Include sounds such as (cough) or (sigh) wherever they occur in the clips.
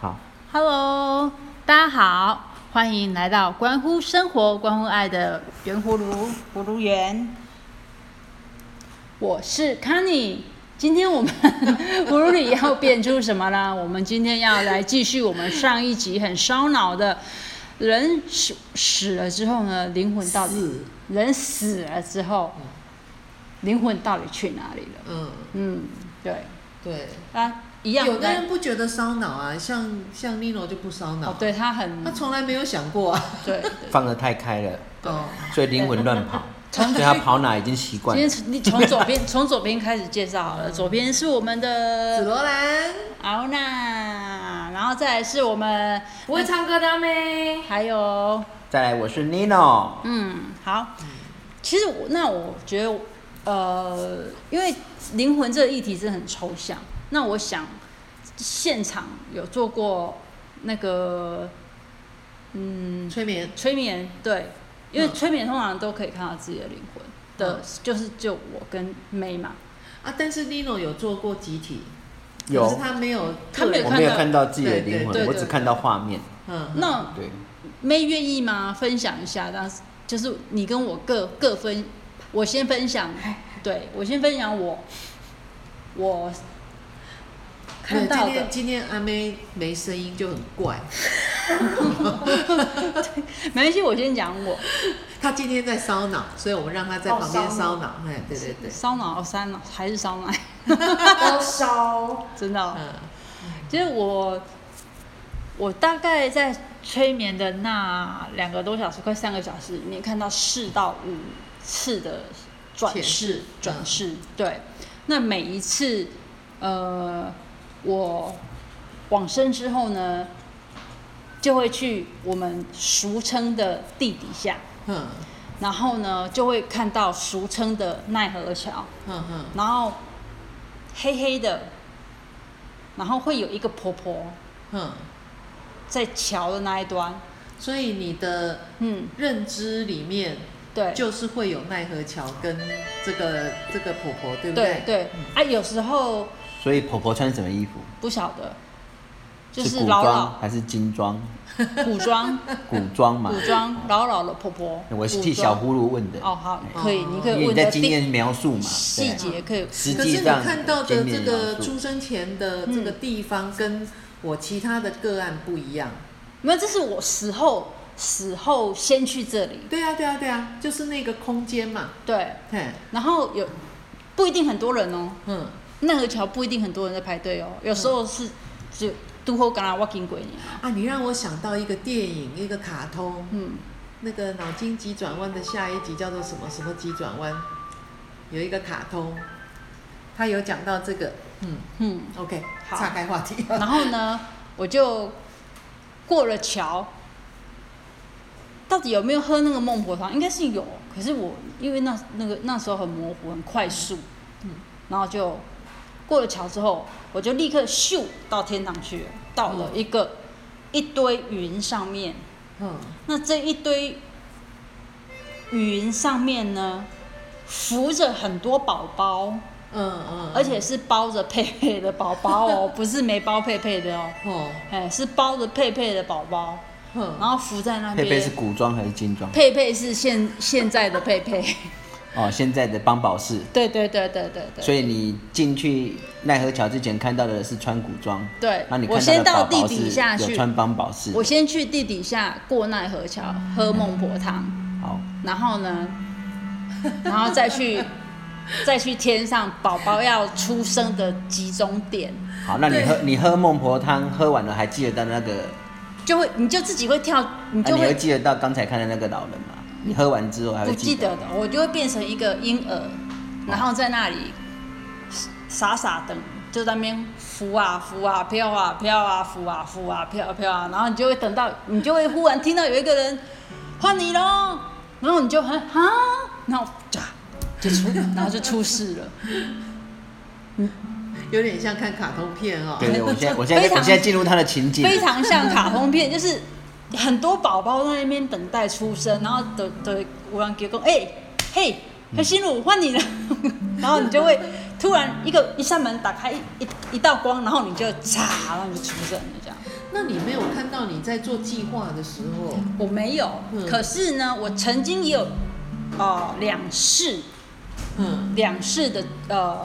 好， Hello，大家好，欢迎来到关乎生活、关乎爱的圆葫芦葫芦园。我是 c a n n y 今天我们 (laughs) 葫芦里要变出什么呢？我们今天要来继续我们上一集很烧脑的，人死死了之后呢，灵魂到底是，人死嗯了之后，灵魂到底去哪里了？嗯，嗯，对，对。啊，一样有的来人不觉得烧脑啊，像像 Nino 就不烧脑、啊哦，，对他很他从来没有想过啊。对。放得太开了，哦，所以灵魂乱 (laughs) 跑，所以他跑哪已经习惯今天了。从你从左 (laughs) 边从左边开始介绍嗯好了，左边是我们紫的罗兰，敖娜，然后再来是我们不会唱歌的阿妹，哦还有再来，我是 Nino，嗯好，其实我那我觉得呃，因为灵魂这个议题是很抽象，那我想现场有做过那个嗯催眠，催眠，对，因为嗯催眠通常都可以看到自己的灵魂嗯的，就是就我跟 May 嘛，啊，但是 Nino 有做过集体，有可是他没有他个人，没我有没有看看到自己的对对灵对魂，对我只看到画面。嗯，那。对，妹愿意吗？分享一下，当时就是你跟我各各分，我先分享，哎对我先分享我我看对，到今的天，今天阿妹没声音就很怪， (laughs) 没关系，我先讲我她今天在烧脑，所以我们让她在哦旁边烧烧脑，哎，对对对，烧脑三脑还是烧奶，都烧，真的哦，嗯，就是我我大概在催眠的那两个多小时，快三个小时里面，看到四到五次的转潜世势转嗯世，对，那每一次呃我往生之后呢，就会去我们俗称的地底下，嗯然后呢就会看到俗称的奈何桥，嗯嗯，然后黑黑的，然后会有一个婆婆嗯，在桥的那一端，所以你的嗯，认知里面对，就是会有奈何桥跟这个这个婆婆，对不对对嗯，啊，有时候所以婆婆穿什么衣服？不晓得，就是是古老装老还是金装？古装古装 (laughs) 嘛古。装老老的婆婆，我是古替小装葫芦问的，哦，好，哎可以，你可因以为你问在的经地验描述嘛，细对啊节，可以实可是际你上看到的经这验个描出述，生前的这个地方，跟我其他的个案不一样。没有，这是我死后死后先去这里，对啊，对啊，对啊，就是那个空间嘛。对，嘿，然后有不一定很多人哦，嗯，奈何桥不一定很多人在排队哦，有时候是只有都后刚来 walking 鬼你啊，啊，你让我想到一个电影，一个卡通，嗯，那个《脑筋急转弯》的下一集叫做什么？什么急转弯？有一个卡通，他有讲到这个。嗯嗯， ，OK，好岔开话题。然后呢，我就过了桥。到底有没有喝那个孟婆汤？应该是有，可是我因为那那个那时候很模糊，很快速，嗯然后就过了桥之后，我就立刻咻到天堂去了，到了一个、一堆云上面。嗯那这一堆云上面呢，浮着很多宝宝，嗯嗯，而且是包着佩佩的宝宝哦，不是没包佩佩的哦，哦，哎，是包着佩佩的宝宝，然嗯，后浮在那佩边。佩是古装还是金装？佩佩是现现在的佩佩， (laughs) 哦，现在的邦宝适。对对对对对对。所以你进去奈何桥之前看到的是穿古装，对那你我看先的到宝地宝底是下有去穿帮宝适。我先去地底下过奈何桥喝孟婆汤，好，然后呢，然后再去再去天上宝宝要出生的集中点，好，那你喝你喝孟婆汤喝完了，还记得到那个，就会你就自己会跳，你啊、就你会会记得到刚才看的那个老人吗？你喝完之后还不会记得得？的，哦我就会变成一个婴儿，然后在那里傻傻等，就在那边浮啊浮啊飘啊飘啊浮啊浮啊飘啊飘啊，然后你就会等到，你就会忽然听到有一个人换你喽，然后你就很啊，然后就就出，然后就出事了。有点像看卡通片哦。对对，我 (laughs) 现在我现在非常我现在进入他的情景，非常像卡通片， (laughs) 就是很多宝宝在那边等待出生，然后的的无人给公，哎、嘿，黑心乳换你了， (laughs) 然后你就会突然一个一扇门打开一一一道光，然后你就嚓，然后你就出生了这样。那你没有看到你在做计划的时候，我没有，嗯可是呢，我曾经也有哦两世嗯两世的呃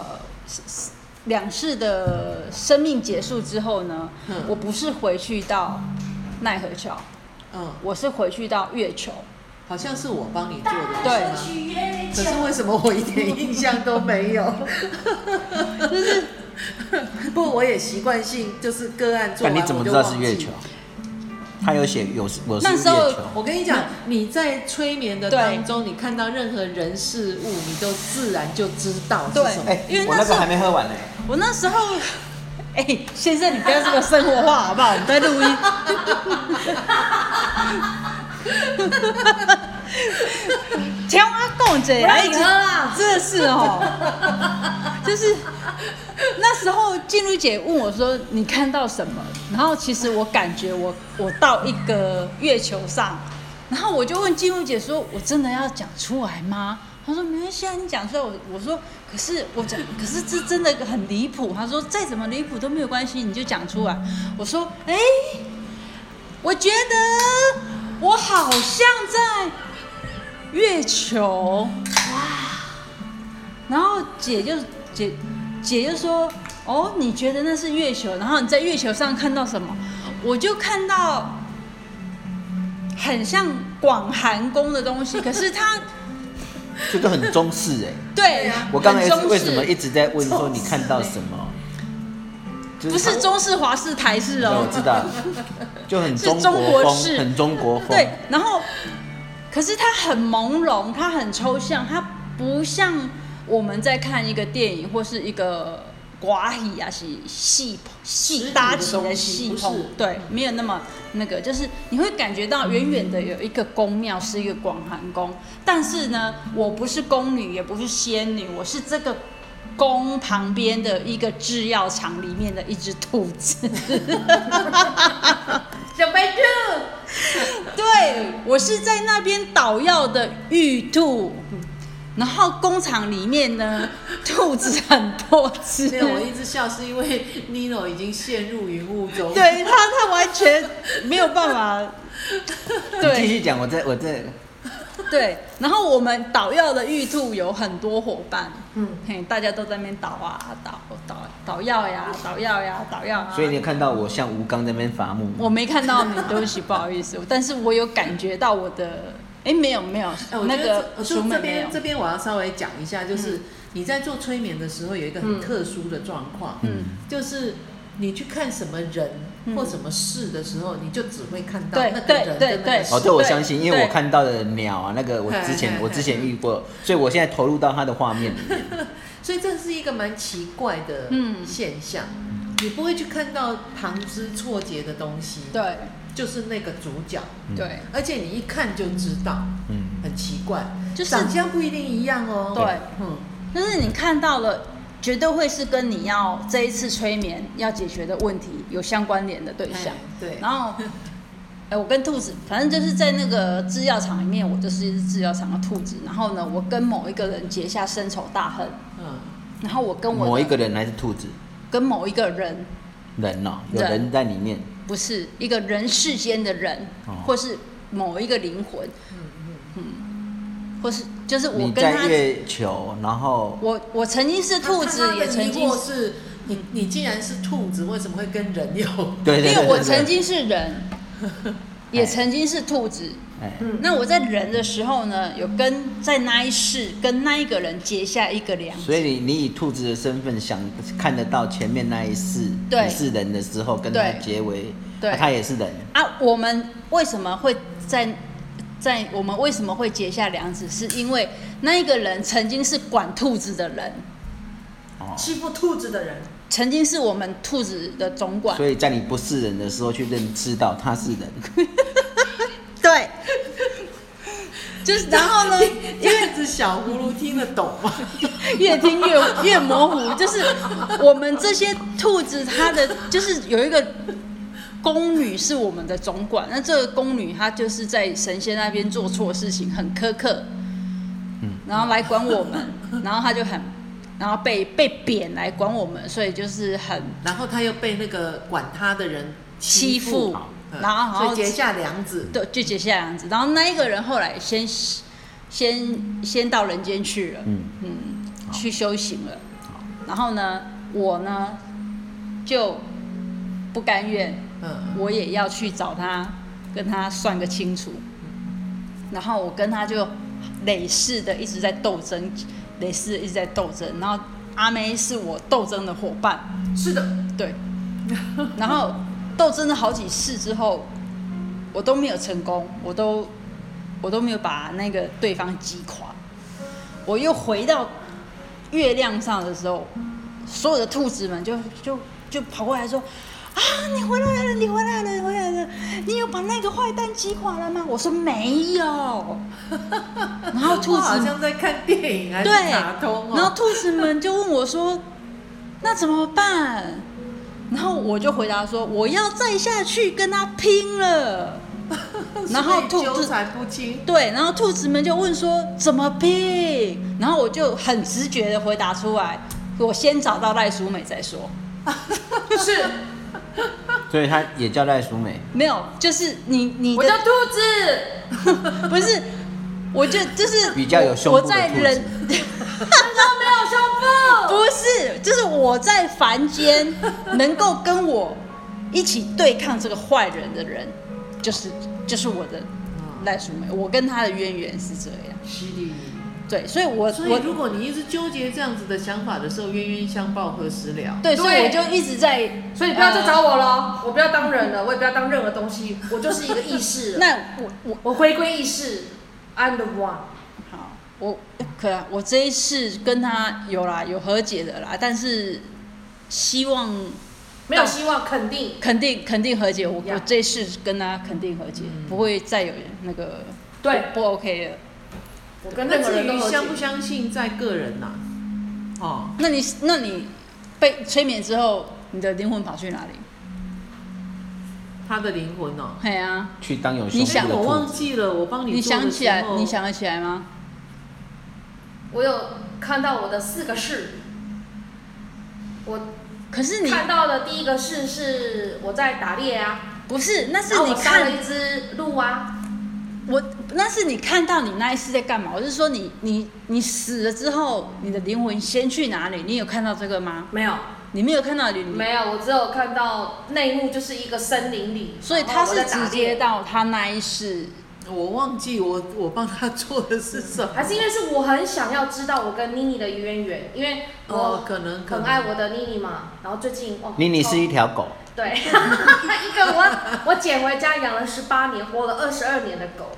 是是两世的生命结束之后呢，嗯我不是回去到奈何桥，嗯，我是回去到月球。好像是我帮你做大的，对人去月可是球，为什么我一点印象都没 (laughs) 有？就是， (laughs) 不过我也习惯性就是个案做但完你怎么我知就道是忘月记球？他有写有我是那月时候球，我跟你讲，你在催眠的对当中，你看到任何人事物，你都自然就知道是对什么。哎、因为我那那时个候还没喝完呢、我那时候， (laughs) 哎、先生，你不要这么生活 (laughs) 化好不好？我们在录音。 (laughs) 前我讲者，不让你喝啦真的是哦，就是那时候静茹姐问我说：“你看到什么？”然后其实我感觉我我到一个月球上，然后我就问静茹姐说：“我真的要讲出来吗？”她说：“没关系啊，你讲出来。我”我说：“可是我讲，可是这真的很离谱。”她说：“再怎么离谱都没有关系，你就讲出来。”我说：“哎、我觉得我好像在月球。”然后姐就姐姐就说：“哦，你觉得那是月球？然后你在月球上看到什么？”我就看到很像广寒宫的东西，可是它这个很中式哎、对我刚才很中式为什么一直在问说你看到什么？就不是他中式、华式、台式对哦我，知 (laughs) 道，就很是中中国国风，式很中国风。对，然后可是它很朦胧，它很抽象，它不像我们在看一个电影或是一个寡戏啊，是戏实戏体搭的起东的西戏不棚是，对，没有那么那个，就是你会感觉到远远的有一个宫庙是一个广寒宫，但是呢，我不是宫女，也不是仙女，我是这个。宫旁边的一个制药厂里面的一只兔子，小白兔，对，我是在那边捣药的玉兔，然后工厂里面呢， (laughs) 兔子很多只，没有，我一直笑是因为 Nino 已经陷入云雾 (laughs) 中。，对他他完全没有办 (laughs) 法，你继对续讲，我在我在对，然后我们捣药的玉兔有很多伙伴，嗯，嘿，大家都在那边捣啊捣捣捣药呀，捣药呀，捣药啊，所以你有看到我像吴刚在那边伐木吗，我没看到你，对不起，不好意思，但是我有感觉到我的，哎，没有没有哎，，我那觉得个这淑美这这没有嗯边。这边我要稍微讲一下，就是你在做催眠的时候有一个很特殊的状况，嗯，就是你去看什么人嗯或什么事的时候，你就只会看到对那个对人对跟那个对哦，事。这我相信，对因为我对看到的鸟啊，那个我之嘿嘿前嘿我之前遇过，所以我现在投入到他的画面里 (laughs) 面。所以这是一个蛮奇怪的嗯现象，你不会去看到旁枝错节的东西，对就是那个主角，嗯对，而且你一看就知道，嗯，很奇怪，就是长相不一定一样哦。对，嗯，就是你看到了，绝对会是跟你要这一次催眠要解决的问题有相关联的对象哎。对，然后，哎，我跟兔子，反正就是在那个制药厂里面，我就是一只制药厂的兔子。然后呢，我跟某一个人结下深仇大恨，嗯，然后我跟我的某一个人还是兔子跟某一个人，人哦，有人人在里面，不是一个人世间的人，哦或是某一个灵魂，嗯嗯，或是就是我你跟他在，月球，然后我我曾经是兔他子，他也的曾疑经惑是，你你既然是兔子，为什么会跟人有？ (laughs) 对对对因为对，我对曾，经 (laughs) 是人，也曾经是兔子。哎，那我在人的时候呢，有跟在那一世跟那一个人结下一个梁。所以你你以兔子的身份想看得到前面那一世对你是人的时候，跟他对结为，对啊他也是人，啊，我们为什么会在在我们为什么会结下梁子？是因为那一个人曾经是管兔子的人，哦，欺负兔子的 (laughs) 人，曾经是我们兔子的总管所。以在你不是人的时候去认知到他是 (laughs) 人，对， (laughs) 就是然后呢？这样子小葫芦听得懂 (laughs) 吗？越听越越模糊，就是我们这些兔子，它的就是有一个宫女是我们的总管，那这个宫女她就是在神仙那边做错事情，很苛刻，嗯，然后来管我们，然后她就很，然后被被贬来管我们，所以就是很然后他又被那个管他的人欺负好，嗯然后然所后以结下梁子，对，就结下梁子。然后那一个人后来先先先到人间去了，嗯，好去修行了。然后呢，我呢就不甘愿，嗯，我也要去找他，跟他算个清楚。然后我跟他就累世的一直在斗争，累世的一直在斗争。然后阿妹是我斗争的伙伴，是的，对，然后斗争了好几次之后，我都没有成功，我都我都没有把那个对方击垮。我又回到月亮上的时候，所有的兔子们就就就跑过来说：“啊，你回来了，你回来了，你回来了！你有把那个坏蛋击垮了吗？”我说：“没有。”然后兔我子好们像在看电影还是对，卡通哦，然后兔子们就问我说：“那怎么办？”然后我就回答说：“我要再下去跟他拼了。然后所以兔纠子缠不清”，对，然后兔子们就问说：“怎么拼？”然后我就很直觉的回答出来：“我先找到赖淑美再说。是，所以他也叫赖淑美，”没有，就是你你我的叫兔子，不是，我就就是比较有胸部我的在兔子人。 (laughs) 没有胸部，不是，就是我在凡间能够跟我一起对抗这个坏人的人，就是就是我的赖淑梅，我跟她的渊源是这样。嗯犀利。对，所以我所我以如果你一直纠结这样子的想法的时候，冤冤相报何时了？对，所以我对就一直在， (laughs) 所以你不要再找啊我。我了，我不要当人了，我也不要当任何东西，我就是一个意识了，那我我 (laughs) 我回归意识，I'm the one。好，我可啊我这一次跟他有啦有和解的啦，但是希望没有希望，肯定肯定肯定和解，我我 Yeah 这一次跟他肯定和解，嗯不会再有那个对不不 OK 了。我跟任那何至人都于和相不解。相信，在个人呐、哦，那你那你被催眠之后，你的灵魂跑去哪里？他的灵魂哦。嘿啊，去当有你胸部想的哎我兔忘子。记了，我帮你做的想起来时，候你想得起来吗？我有看到我的四个事，我可是你看到的第一个事是我在打猎啊，不是，那是然后你我杀了看一只鹿啊，我，那是你看到你那一次在干嘛？我是说你你你死了之后，你的灵魂先去哪里？你有看到这个吗？没有，你没有看到你，你没有，我只有看到内幕就是一个森林里，所以然他后我是在打直接猎，到他那一世，我忘记我我帮他做的是什么，还是因为是我很想要知道我跟妮妮的渊源，因为我、哦，可能可很能爱我的妮妮嘛，然后最近哦，妮妮是一超条狗，对，一个我我捡回家养了十八年，活了二十二年的狗。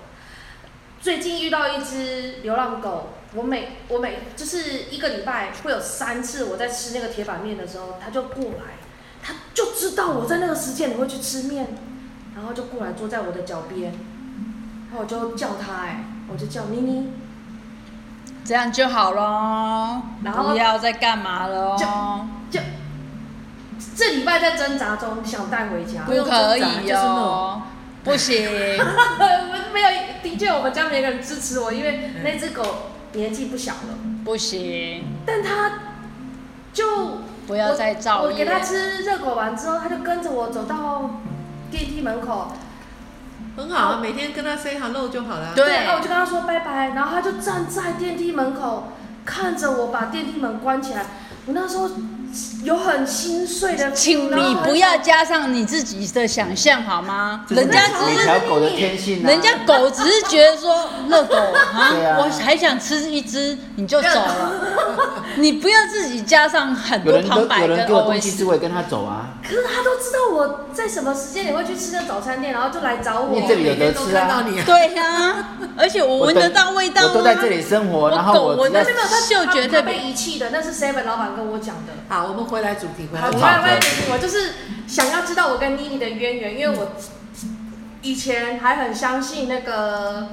最近遇到一只流浪狗，我每我每就是一个礼拜会有三次，我在吃那个铁板面的时候，它就过来，它就知道我在那个时间你会去吃面，然后就过来坐在我的脚边，然后我就叫它，哎，我就叫妮妮，这样就好咯。然后不要再干嘛了就哦。就这礼拜在挣扎中想带回家，不用可挣扎以就是那哦，不行。没有，的确我们家没人支持我，因为那只狗年纪不小了，不行，但它就不要再造业。我我给它吃热狗丸之后，它就跟着我走到电梯门口，很好啊，每天跟他 say hello 就好了。对然哦后我就跟它说拜拜，然后它就站在电梯门口看着我把电梯门关起来，我那时候有很心碎的，请你不要。加上你自己的想象好吗？这是人家只每是，条狗的天性啊。人家狗只是觉得说热狗啊对啊，我还想吃一只，你就走了。你不要自己加上很有多人旁都白有跟人给我东西 OS。吃，我也跟他走啊。可是它都知道我在什么时间也会去吃那早餐店，然后就来找我。因为这里有每天得都吃看到啊。你啊，对呀，而且我闻得到味道我啊。都在这里生活，我然后狗我只闻要得没有，他嗅觉他特他被别遗弃的，那是 Seven 老板跟我讲的。好，我们回来主题，回来好，我主好题。慢慢听我就是想要知道我跟妮妮的渊源，因为我以前还很相信那个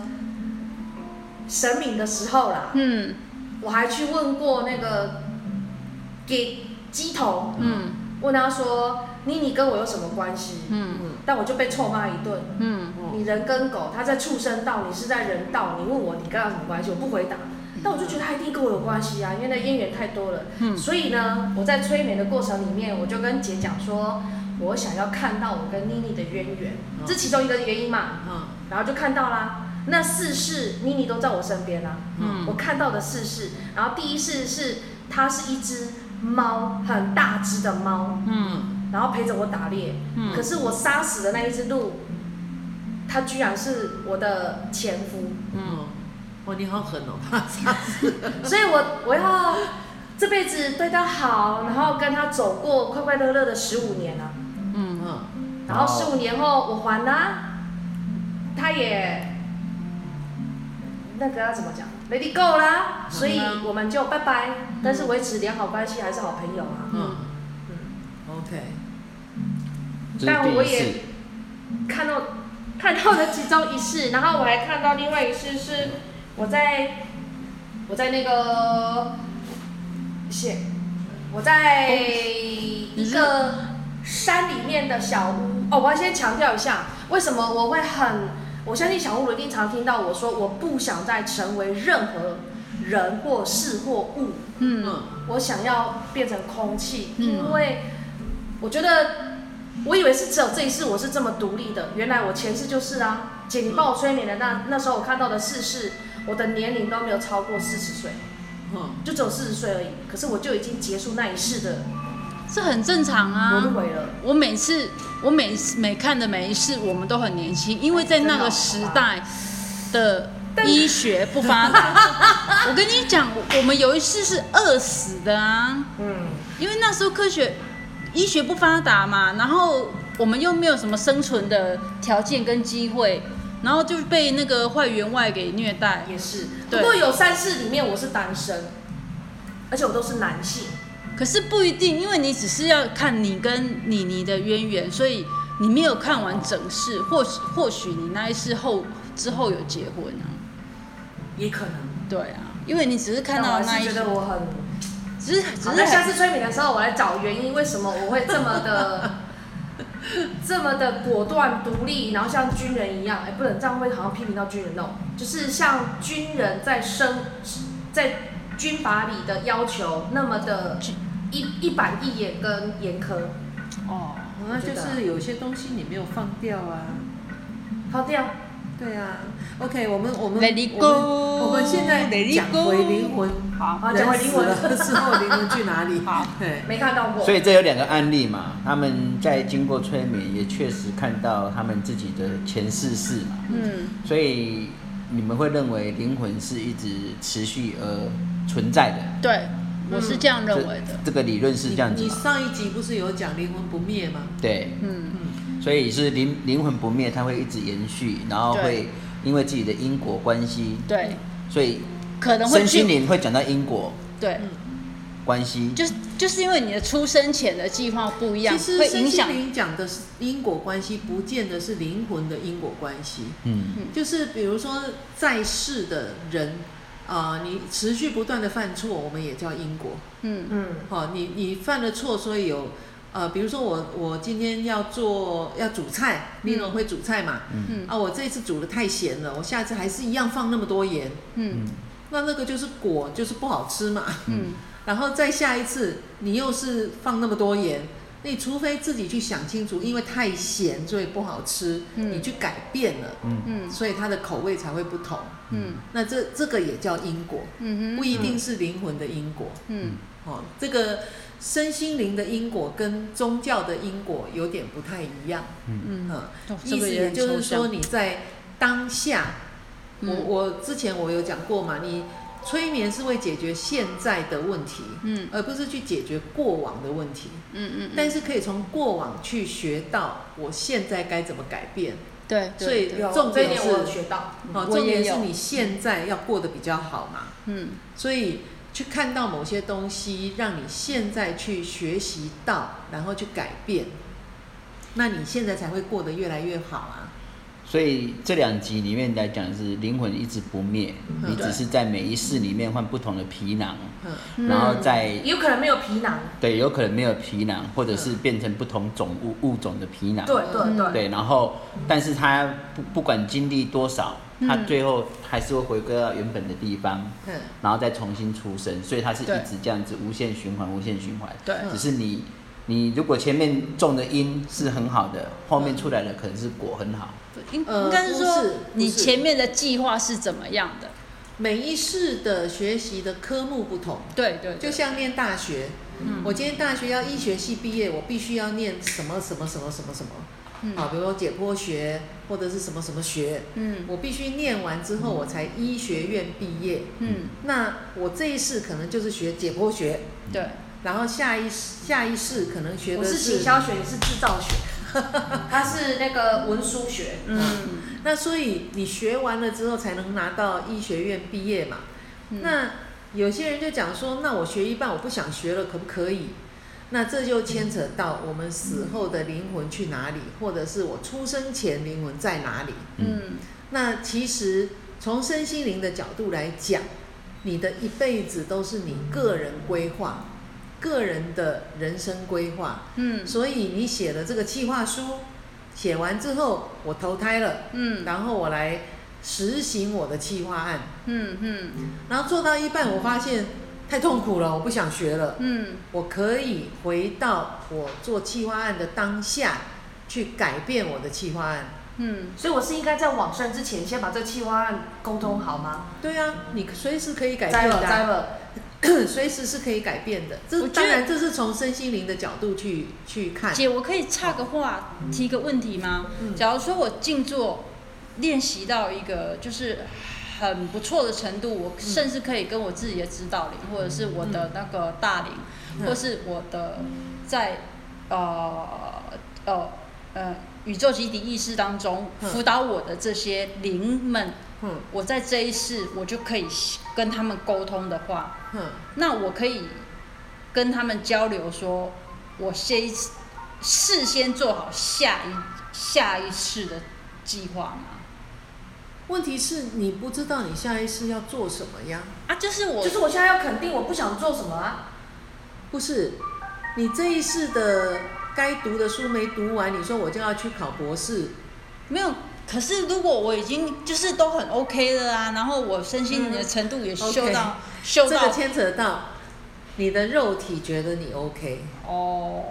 神明的时候啦，嗯我还去问过那个给鸡头，嗯问他说妮妮跟我有什么关系，嗯但我就被臭骂一顿。嗯，哦你人跟狗，他在畜生道，你是在人道，你问我你跟他有什么关系，我不回答。但我就觉得它一定跟我有关系啊，因为那渊源太多了。所以呢，我在催眠的过程里面，我就跟姐讲说，我想要看到我跟妮妮的渊源，嗯这其中一个原因嘛。嗯然后就看到啦，那四世妮妮都在我身边啦、嗯我看到的四世，然后第一世是它是一只猫，很大只的猫，嗯然后陪着我打猎。嗯可是我杀死的那一只鹿，它居然是我的前夫。嗯，哦，你好狠哦， (laughs) 所以我我要这辈子对他好，然后跟他走过快快乐乐的十五年啊。嗯嗯然后十五年后我还啦、他也那个要怎么讲，let it go 啦，所以嗯我们就拜拜。但是维持良好关系还是好朋友啊。嗯嗯， ，OK，这是但第我一也次，看到看到了其中一世，然后我还看到另外一世是我在我在那个写我在一个山里面的小屋哦，我要先强调一下，为什么我会很我相信小屋一定常听到我说我不想再成为任何人或事或物，嗯嗯我想要变成空气，嗯因为我觉得我以为是只有这一世我是这么独立的，原来我前世就是啊。姐，你帮我催眠的那那时候我看到的世事，我的年龄都没有超过四十岁，嗯，就只有四十岁而已。可是我就已经结束那一世的这很正常轮啊。回了。我每次我每次每看的每一次，我们都很年轻，因为在那哦个时代的医学不发达。 (laughs) 我跟你讲，我们有一次是饿死的啊。嗯，因为那时候科学医学不发达嘛，然后我们又没有什么生存的条件跟机会，然后就被那个坏员外给虐待。也是。不对过有三世里面我是单身，而且我都是男性。可是不一定，因为你只是要看你跟妮妮的渊源，所以你没有看完整世，或许或许你那一世后之后有结婚啊，也可能对啊，因为你只是看但我到还那是一觉世得，我很只是只好，是那下次催眠的时候，我来找原因，为什么我会这么 (laughs) 的、这么的果断独立，然后像军人一样，哎、不能这样会好像批评到军人哦，就是像军人在生在军法里的要求那么的一一板一眼跟严苛，哦，那就是有些东西你没有放掉啊，抛掉，对啊，OK，我们我们 Let it 我们 go，我们现在 Let it 讲回 go 灵魂，好，啊讲回人灵死魂了的时候灵魂去哪里？好，对，没看到过所，以这有两个案例嘛，他们在经过催眠，也确实看到他们自己的前世事嘛，嗯，所以你们会认为灵魂是一直持续而存在的，对，我是这样认为的这，这个理论是这样子你嘛？上一集不是有讲灵魂不灭吗？对，嗯。所以是灵灵魂不灭，它会一直延续，然后对会因为自己的因果关系，对，所以可能会身心进灵会讲到因果对，关系，就是就是因为你的出生前的计划不一样，其实会身影心响灵讲的是因果关系，不见得是灵魂的因果关系。嗯，就是比如说在世的人，啊、你持续不断的犯错，我们也叫因果。嗯嗯，哦，你你犯了错，所以有，呃，比如说我我今天要做要煮菜，丽龙会煮菜嘛，嗯啊，我这次煮的太咸了，我下次还是一样放那么多盐，嗯那那个就是果，就是不好吃嘛。 (laughs) 嗯然后再下一次你又是放那么多盐，你除非自己去想清楚，因为太咸所以不好吃，嗯你去改变了，嗯所以它的口味才会不同。嗯那这这个也叫因果，嗯不一定是灵魂的因果。嗯哦，这个身心灵的因果跟宗教的因果有点不太一样。嗯，嗯，哦这意个思也也很就抽是说象，你在当下，我嗯我之前我有讲过嘛，你催眠是为解决现在的问题，嗯而不是去解决过往的问题。嗯嗯，但是可以从过往去学到我现在该怎么改变。对，对所以对有重这一点点是我有学到，哦，嗯我重也点是有你现在要过得比较好嘛。嗯所以去看到某些东西，让你现在去学习到，然后去改变，那你现在才会过得越来越好啊。所以这两集里面来讲是灵魂一直不灭，嗯你只是在每一世里面换不同的皮囊，嗯，然后在有可能没有皮囊，对有可能没有皮囊，或者是变成不同种物物种的皮囊，对对对，对，然后但是它不不管经历多少，它嗯最后还是会回归到原本的地方，嗯，然后再重新出生，所以它是一对直这样子无限循环，无限循环。对只是你你如果前面种的因是很好的，后面出来的可能是果很好。应呃应该是不说是不你是前面的计划是怎么样的？每一世的学习的科目不同，对对，对就像念大学，嗯我今天大学要医学系毕业，我必须要念什么什么什么什么什么，嗯啊，比如说解剖学或者是什么什么学，嗯我必须念完之嗯后我才医学院毕业。嗯那我这一世可能就是学解剖学，对，然后下一世下一世可能学我的是行销学，你是制 (laughs) 造学，他是那个文书学，嗯那所以你学完了之后才能拿到医学院毕业嘛。嗯那有些人就讲说，那我学一半我不想学了，可不可以？那这就牵扯到我们死后的灵魂去哪里，或者是我出生前灵魂在哪里。嗯那其实从身心灵的角度来讲，你的一辈子都是你个人规划、个人的人生规划。嗯所以你写了这个计划书，写完之后我投胎了，嗯然后我来实行我的计划案，嗯嗯然后做到一半，我发现太痛苦了，我不想学了。嗯我可以回到我做计划案的当下，去改变我的计划案。嗯所以我是应该在往生之前先把这企划案沟通好吗？对啊，你随时可以改摘变了的摘啊、(coughs) 了，随时是可以改变的。这我觉当得然，这是从身心灵的角度去去看。姐，我可以插个话，提个问题吗？嗯假如说我静坐练习到一个就是很不错的程度，我甚至可以跟我自己的指导灵，或者是我的那个大灵，嗯或是我的在呃呃呃宇宙集体意识当中嗯辅导我的这些灵们，嗯我在这一世我就可以跟他们沟通的话，嗯那我可以跟他们交流说，我先事先做好下一下一次的计划吗？问题是你不知道你下一次要做什么呀？啊，就是我就是我现在要肯定我不想做什么啊，不是，你这一世的该读的书没读完，你说我就要去考博士，没有。可是如果我已经就是都很 OK 了啊，然后我身心灵的程度也修到、这修个到牵扯到你的肉体觉得你 OK，哦，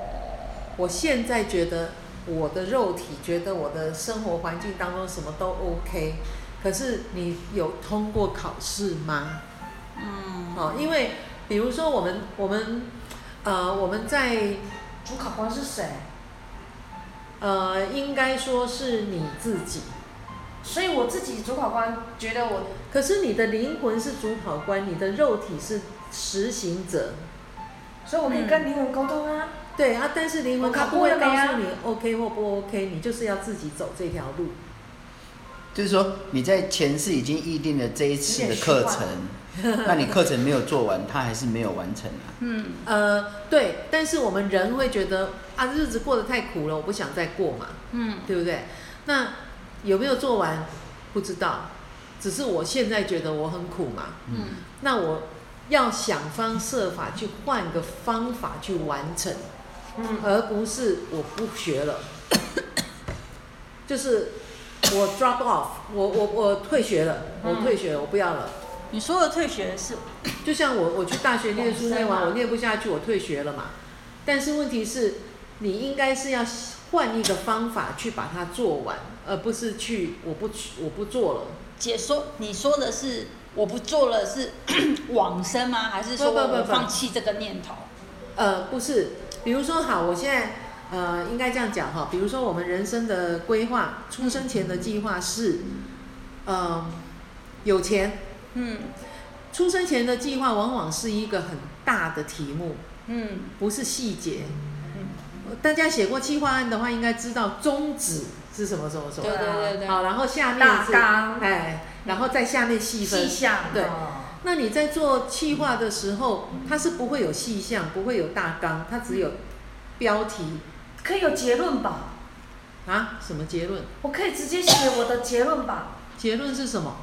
我现在觉得我的肉体觉得我的生活环境当中什么都 OK，可是你有通过考试吗？嗯哦，因为比如说我们我们呃我们在主考官是谁？呃应该说是你自己，所以我自己主考官觉得我可是你的灵魂是主考官，你的肉体是实行者。所以我可以跟灵魂沟通啊。对啊，但是灵魂我他考不过会了没告啊诉你 OK 或不 OK，你就是要自己走这条路。就是说你在前世已经预定了这一次的课程， (laughs) 那你课程没有做完，它还是没有完成啊。嗯呃，对，但是我们人会觉得啊，日子过得太苦了，我不想再过嘛，嗯对不对？那有没有做完不知道，只是我现在觉得我很苦嘛，嗯那我要想方设法去换个方法去完成，嗯，而不是我不 (coughs) 学了，就是我 drop off，我我我退学了，我退学了，我不要了。你说的退学是就像我我去大学念书念往生完，嘛我念不下去，我退学了嘛。但是问题是，你应该是要换一个方法去把它做完，而不是去我不去我不做了。姐说你说的是我不做了是 (coughs) 往生吗？还是说不不不我不放弃这个念头？呃，不是，比如说好，我现在呃应该这样讲哈，比如说我们人生的规划，出生前的计划是，呃，有钱。嗯出生前的计划往往是一个很大的题目，嗯。不是细节。嗯大家写过计划案的话，应该知道宗旨是什么什么什对么。对对对，好，然后下面大是纲哎，然后在下面细分细。项对哦那你在做企划的时候，它是不会有细项，不会有大纲，它只有标题可以有结论吧？啊，什么结论？我可以直接写我的结论吧？结论是什么？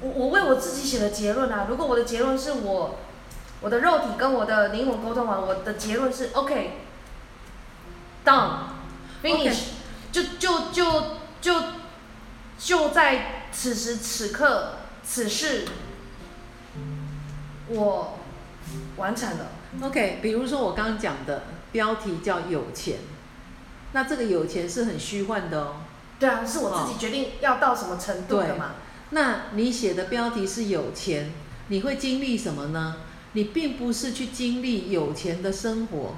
我我为我自己写的结论啊，如果我的结论是我我的肉体跟我的灵魂沟通完，我的结论是 OK done finish，就就就就就在此时此刻此事，我完成了。 OK，比如说我刚刚讲的标题叫有钱，那这个有钱是很虚幻的哦。对啊，是我自哦己决定要到什么程度的嘛。那你写的标题是有钱，你会经历什么呢？你并不是去经历有钱的生活，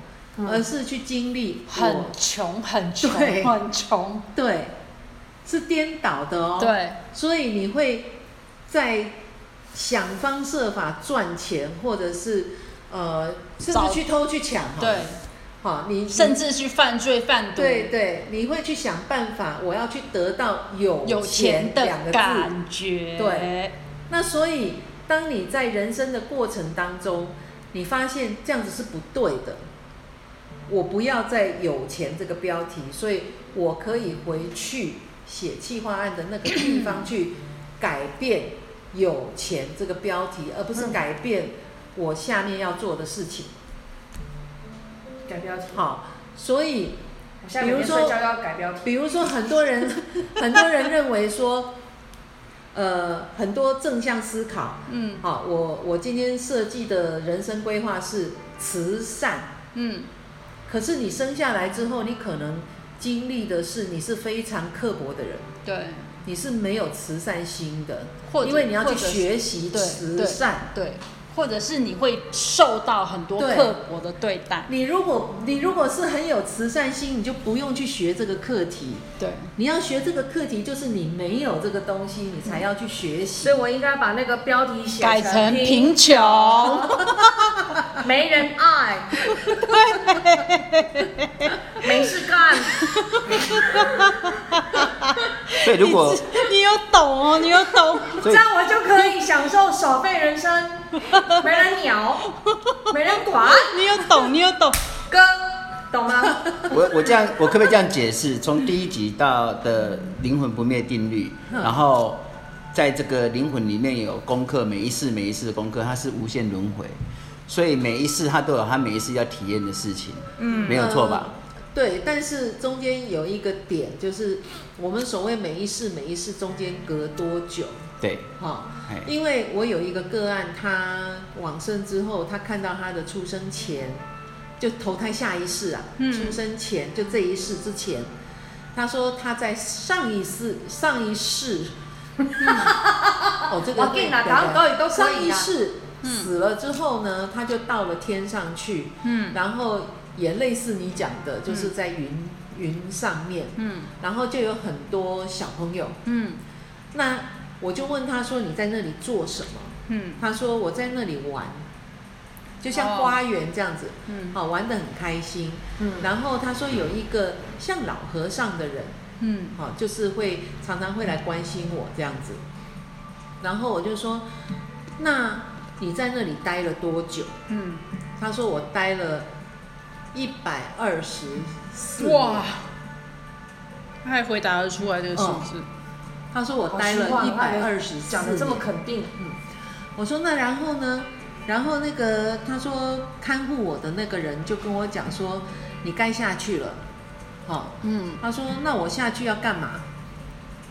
而是去经历嗯很我穷，很穷，哦对很穷，对，是颠倒的哦。，对，所以你会在想方设法赚钱，或者是呃，甚找至去偷去抢哈。对，，好，你你甚至去犯罪贩毒，对对，你会去想办法，我要去得到有有钱的两个字。感觉，对，那所以，当你在人生的过程当中，你发现这样子是不对的，我不要再有钱这个标题，所以我可以回去写企划案的那个地方去改变有钱这个标题，而不是改变我下面要做的事情。改标题，好，所以我现在每天比如说睡觉要改标题。比如说，很多人很多人认为说，呃，很多正向思考。嗯好，我我今天设计的人生规划是慈善，嗯，可是你生下来之后，你可能经历的是你是非常刻薄的人，对你是没有慈善心的，或者因为你要或去者是学习对慈对善。对，或者是你会受到很多对刻薄的对待，你如果你如果是很有慈善心，你就不用去学这个课题。对，你要学这个课题，就是你没有这个东西，你嗯才要去学习。所以我应该把那个标题写改成贫贫穷，没人爱，没事干，所以如果你自 (laughs) 你有懂哦，你有懂，所这以样我就可以享受少费人生，没人鸟，没人管，你有懂，你有懂，哥，懂 (laughs) 吗？我我这样，我可不可以这样解释？从第一集到的灵魂不灭定律，然后在这个灵魂里面有功课，每一世每一世的功课，它是无限轮回，所以每一世它都有它每一世要体验的事情，嗯，没有错吧？呃对，但是中间有一个点，就是我们所谓每一世每一世中间隔多久，对，哈、哎因为我有一个个案，他往生之后，他看到他的出生前，就投胎下一世啊，嗯出生前就这一世之前，他说他在上一世上一 (laughs) 世，嗯哦这个我跟你讲，对台湾国语都可上以一啊。世死了之后呢，他就到了天上去，嗯然后也类似你讲的，就是在云、云上面，嗯然后就有很多小朋友。嗯那我就问他说：“你在那里做什么嗯？”他说：“我在那里玩，就哦像花园这样子，嗯好、玩得很开心。”嗯然后他说有一个像老和尚的人，嗯好、就是会常常会来关心我这样子。然后我就说：“那你在那里待了多久？”嗯，他说我待了一百二十四。哇！，他还回答得出来这个数字，他说我好待了虚幻一我还百没二十四。讲的这么肯定，我说那然后呢？然后那个他说看护我的那个人就跟我讲说，你该下去了。好、嗯他说那我下去要干嘛？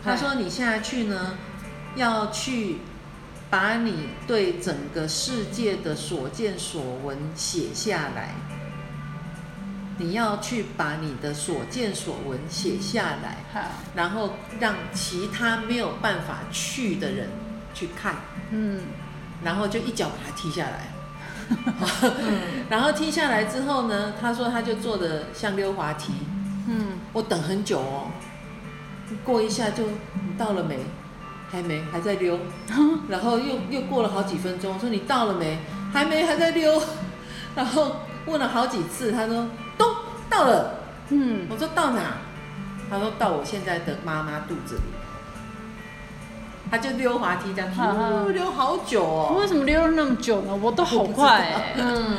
他嗨说你下去呢，要去把你对整个世界的所见所闻写下来。你要去把你的所见所闻写下来，好，然后让其他没有办法去的人去看，嗯然后就一脚把他踢下来。 (laughs) 然后踢下来之后呢，他说他就坐的像溜滑梯，嗯我等很久哦，过一下就你到了没？还没，还在 (laughs) 溜。然后又又过了好几分钟，我说你到了没？还没，还在溜。 (laughs) 然后问了好几次，他说咚到了。嗯，我说到哪？他说到我现在的妈妈肚子里。他就溜滑梯这样，哈哈溜溜好久为哦。什么溜了那么久呢？我都好快欸，嗯，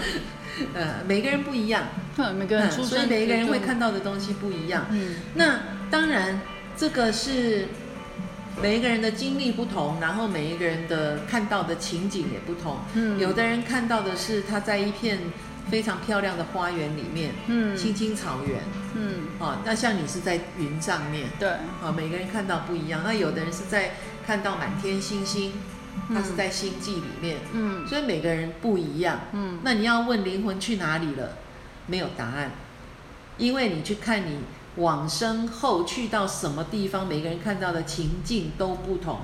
呃，每个人不一样，哼每个人嗯出所以生，每个人会看，到的东西不一样。嗯那当然，这个是每一个人的经历不同，然后每一个人的看到的情景也不同。嗯有的人看到的是他在一片非常漂亮的花园里面，嗯青青草原嗯，啊。那像你是在云上面对，啊，每个人看到不一样。那有的人是在看到满天星星，他是在星际里面，嗯所以每个人不一样。嗯那你要问灵魂去哪里了，没有答案，因为你去看你往生后去到什么地方，每个人看到的情境都不同。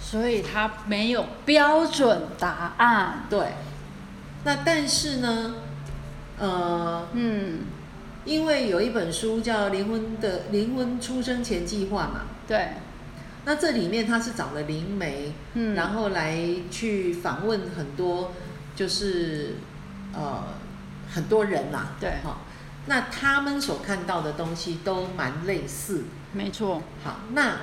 所以它没有标准答案。对，那但是呢，呃，嗯，因为有一本书叫《灵魂的灵魂出生前计划》嘛，对，那这里面他是找了灵媒，嗯然后来去访问很多，就是呃很多人啦，对好、那他们所看到的东西都蛮类似。没错。好，那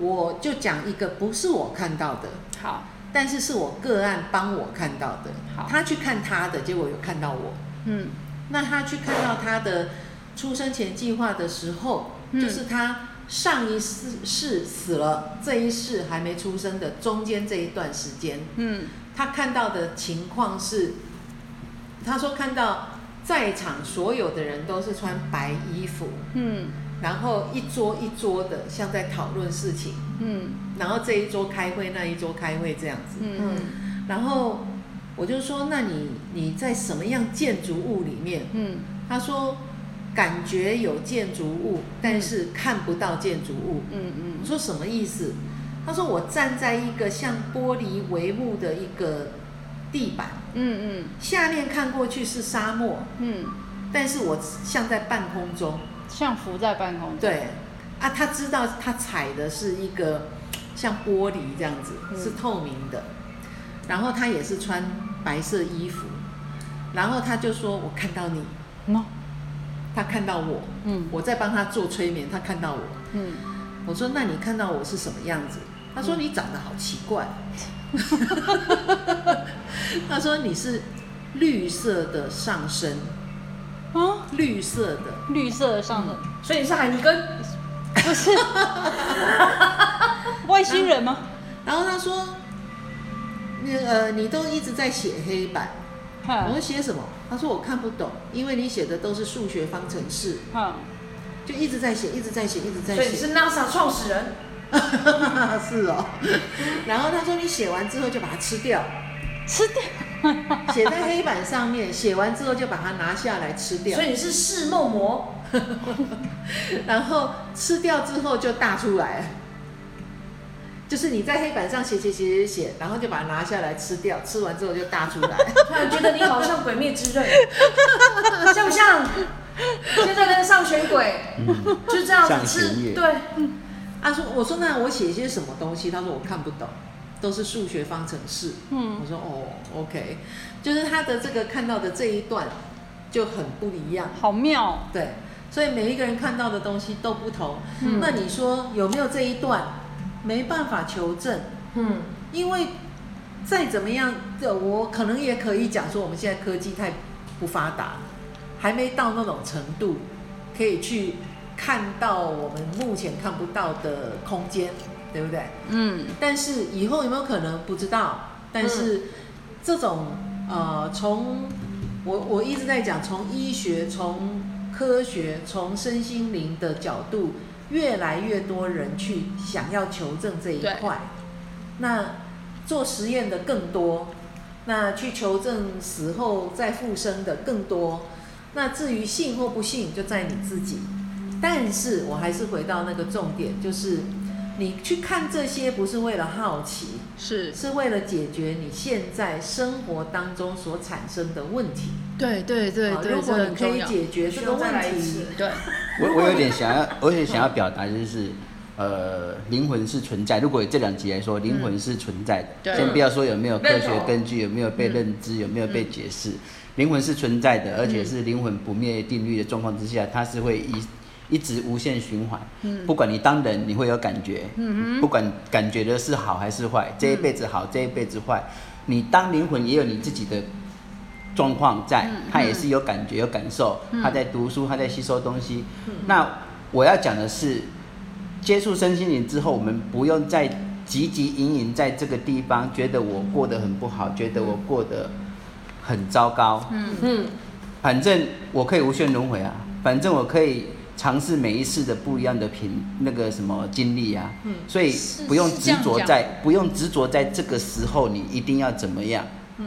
我就讲一个不是我看到的，好，但是是我个案帮我看到的好。他去看他的，结果有看到我。嗯那他去看到他的出生前计划的时候，嗯就是他上一世世死了，这一世还没出生的中间这一段时间，嗯他看到的情况是，他说看到在场所有的人都是穿白衣服，嗯然后一桌一桌的像在讨论事情，嗯然后这一桌开会，那一桌开会这样子，嗯然后我就说，那你你在什么样建筑物里面？嗯他说感觉有建筑物，但是看不到建筑物。我嗯说什么意思？他说我站在一个像玻璃帷幕的一个地板，嗯下面看过去是沙漠，嗯，但是我像在半空中。像浮在半空中。对，啊，他知道他踩的是一个像玻璃这样子，嗯是透明的。然后他也是穿白色衣服，然后他就说：“我看到你。喏”他看到我，嗯我在帮他做催眠，他看到我，嗯，我说那你看到我是什么样子？他说你长得好奇怪， (laughs) (laughs) 他说你是绿色的上身，啊，绿色的，绿色的上的，嗯所以你是海尼根，不 (laughs) 是外星人吗？然后他说，你呃你都一直在写黑板，我哈说写什么？他说我看不懂，因为你写的都是数学方程式，哈，就一直在写，一直在写，一直在所以写你。是 NASA 创始人。 (laughs) 是哦，然后他说你写完之后就把它吃掉。吃掉。写在黑板上面，写完之后就把它拿下来吃掉所，以你是视梦魔， (laughs) 然后吃掉之后就大出来了，就是你在黑板上写写写写写，然后就把它拿下来吃掉，吃完之后就大出来。突然觉得你好像《鬼灭之刃》， (laughs) 像不像？现在跟上选鬼，就这样上子弦吃，月对，他啊说：“我说那我写些什么东西？”他说：“我看不懂，都是数学方程式。”嗯我说：“哦，OK，就是他的这个看到的这一段就很不一样。”好妙。哦对，所以每一个人看到的东西都不同。那你说有没有这一段？没办法求证，嗯，因为再怎么样，这我可能也可以讲说，我们现在科技太不发达，还没到那种程度，可以去看到我们目前看不到的空间，对不对？嗯但是以后有没有可能不知道？但是这种呃，从我我一直在讲，从医学、从科学、从身心灵的角度，越来越多人去想要求证这一块。那做实验的更多，那去求证死后再复生的更多。那至于信或不信，就在你自己。但是我还是回到那个重点，就是你去看这些不是为了好奇，是，是为了解决你现在生活当中所产生的问题。对对对好对，如这果很你可重以要。解决这需个要再来问一题次，。对，我我有点想要，我有点想要表达就是，呃，灵魂是存在。如果这两集来说，灵魂是存在的，对先不要说有没有科嗯认学同嗯根据，有没有被认知，有没有被解释，灵魂是存在的，而嗯且是灵魂不灭定律的状况之下，它是会一一直无限循环。嗯不管你当人，你会有感觉，不管感觉的是好还是坏，这一辈子好，这一辈子坏，你当灵魂也有你自己的状况在，他也是有感觉、有感受，他在读书，他在吸收东西。那我要讲的是，接触身心灵之后，我们不用再汲汲营营在这个地方，觉得我过得很不好，觉得我过得很糟糕。嗯嗯，反正我可以无限轮回啊，反正我可以尝试每一次的不一样的品那个什么经历啊，嗯所以是不用是这执样着讲在不用执着在这个时候你一定要怎么样，嗯，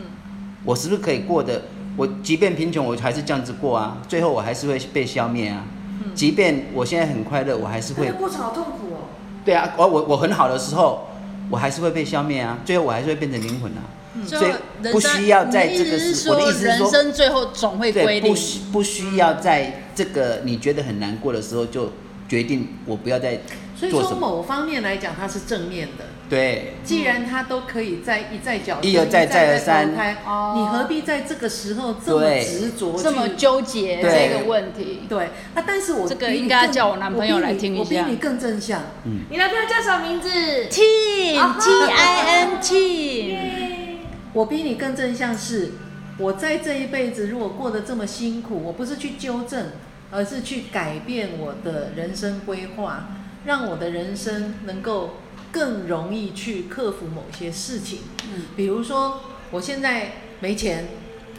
我是不是可以过得我即便贫穷我还是这样子过啊，最后我还是会被消灭啊，嗯即便我现在很快乐我还是那会个过程好痛苦哦。对啊，我我我很好的时候，我还是会被消灭啊，最后我还是会变成灵魂啊，最所后以人不生需要在你这的个意思时，我的意思是人说，生最后总会归对，零不。需不需要在这个你觉得很难过的时候就决定我不要再所以做说什么，某方面来讲，它是正面的。嗯对，既然他都可以再一再矫正，一而再一再再而投胎三你何必在这个时候这么对执着去，这么纠结对这个问题，对啊？但是我这个比你应该更叫我男朋友比来你听一我比下你更正向，你男朋友叫什么名字？ Team 啊 T I N Team，耶我比你更正向是，我在这一辈子如果过得这么辛苦，我不是去纠正，而是去改变我的人生规划，让我的人生能够更容易去克服某些事情。嗯，比如说我现在没钱，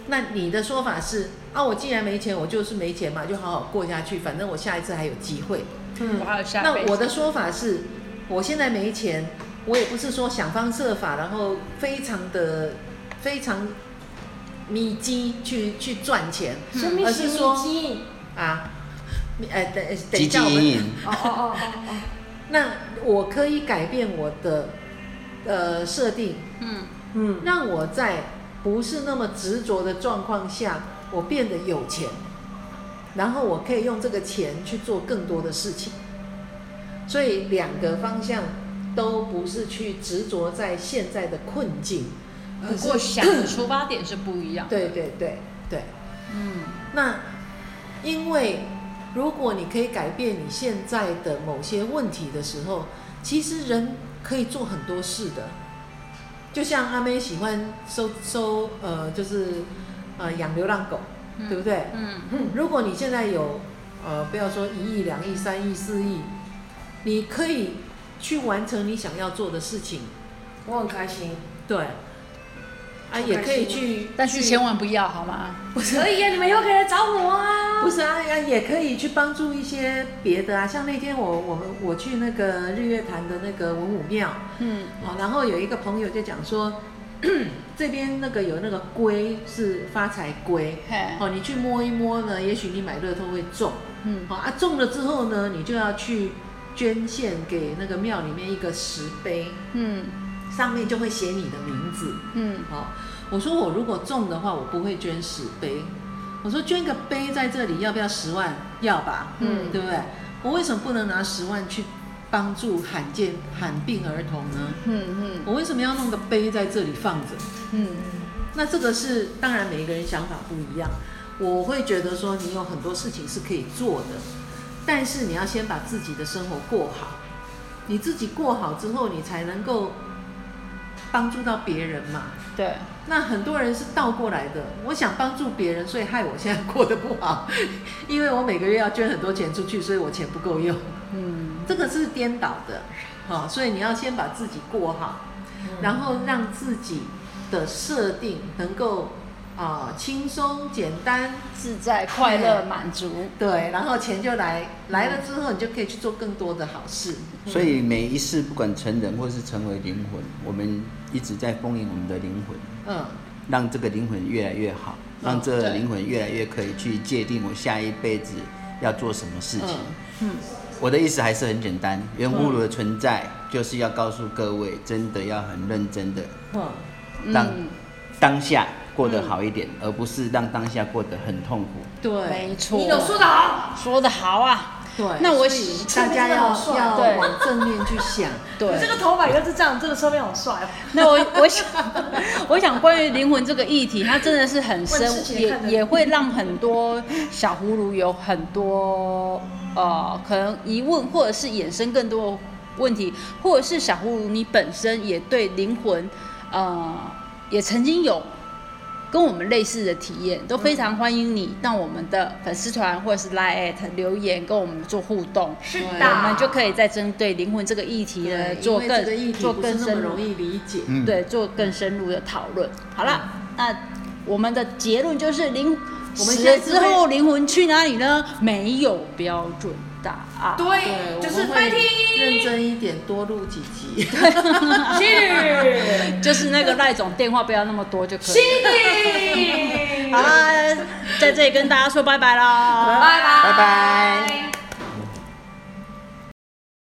那你的说法是啊，我既然没钱，我就是没钱嘛，就好好过下去，反正我下一次还有机会。我嗯，还有下辈那子我的说法是，我现在没钱，我也不是说想方设法，然后非常的非常密集去去赚钱什么而是是说说鸡？啊。你哎，等等积一极下，我阴们影，哦哦哦哦哦，那我可以改变我的呃设定，嗯嗯，让我在不是那么执着的状况下，我变得有钱，然后我可以用这个钱去做更多的事情。所以两个方向都不是去执着在现在的困境，嗯不过想的出发点是不一样。对对对对。嗯，那因为如果你可以改变你现在的某些问题的时候，其实人可以做很多事的。就像阿妹喜欢收收呃，就是呃养流浪狗，嗯对不对？嗯，如果你现在有呃，不要说一亿、两亿、三亿、四亿，你可以去完成你想要做的事情，我很开心。对。啊，也可以去，但是去千万不要好吗？可以呀，啊你们以后可以来找我啊不。是啊，啊也可以去帮助一些别的啊，像那天我我们我去那个日月潭的那个文武庙，嗯，哦，然后有一个朋友就讲说， (clears throat) 这边那个有那个龟是发财龟，嘿，哦，你去摸一摸呢，也许你买乐透会中，嗯哦啊中了之后呢，你就要去捐献给那个庙里面一个石碑，嗯上面就会写你的名字，嗯，哦，我说我如果中的话，我不会捐石碑。我说捐个碑在这里要不要十万？要吧，嗯对不对？我为什么不能拿十万去帮助罕见罕病儿童呢？嗯嗯我为什么要弄个碑在这里放着？嗯，那这个是当然每一个人想法不一样，我会觉得说你有很多事情是可以做的，但是你要先把自己的生活过好，你自己过好之后，你才能够帮助到别人嘛。对，那很多人是倒过来的，我想帮助别人，所以害我现在过得不好， (laughs) 因为我每个月要捐很多钱出去，所以我钱不够用，嗯这个是颠倒的，好、所以你要先把自己过好，然后让自己的设定能够啊、轻松简单，自在快乐满足。对，然后钱就来，来了之后你就可以去做更多的好事，所以每一世不管成人或是成为灵魂，我们一直在丰盈我们的灵魂，嗯，让这个灵魂越来越好，嗯让这个对灵魂越来越可以去界定我下一辈子要做什么事情。嗯我的意思还是很简单，圆葫芦的存在就是要告诉各位，真的要很认真的嗯，让嗯，当下过得好一点，而不是让当下过得很痛苦。对没错。你有说的哦好。说的好啊，对，那我所以是大家要真的好帅要对往正面去想，你这对。个头发要是这样，这个侧面好帅哦。 (laughs) 那我我想，我想关于灵魂这个议题，它真的是很深问世，界也看得也会让很多小葫芦有很多呃可能疑问，或者是衍生更多的问题，或者是小葫芦你本身也对灵魂，呃，也曾经有跟我们类似的体验，都嗯非常欢迎你到我们的粉丝团或者是 Line at 留言跟我们做互动。是对的，我们就可以再针对灵魂这个议题呢，对，做因为这个议更题做不是更那么深容入，易理解，嗯，嗯对，做更深入的讨论。好了，那我们的结论就是灵我死们现了在之只会后灵魂去哪里呢？没有标准答案。对，对，就我是们拜会听， (laughs) 认真一点，多录几集。 (laughs) 是就是那个赖总电话不要那么多就可以了。是，好啦，在这里跟大家说拜拜啦。拜拜拜拜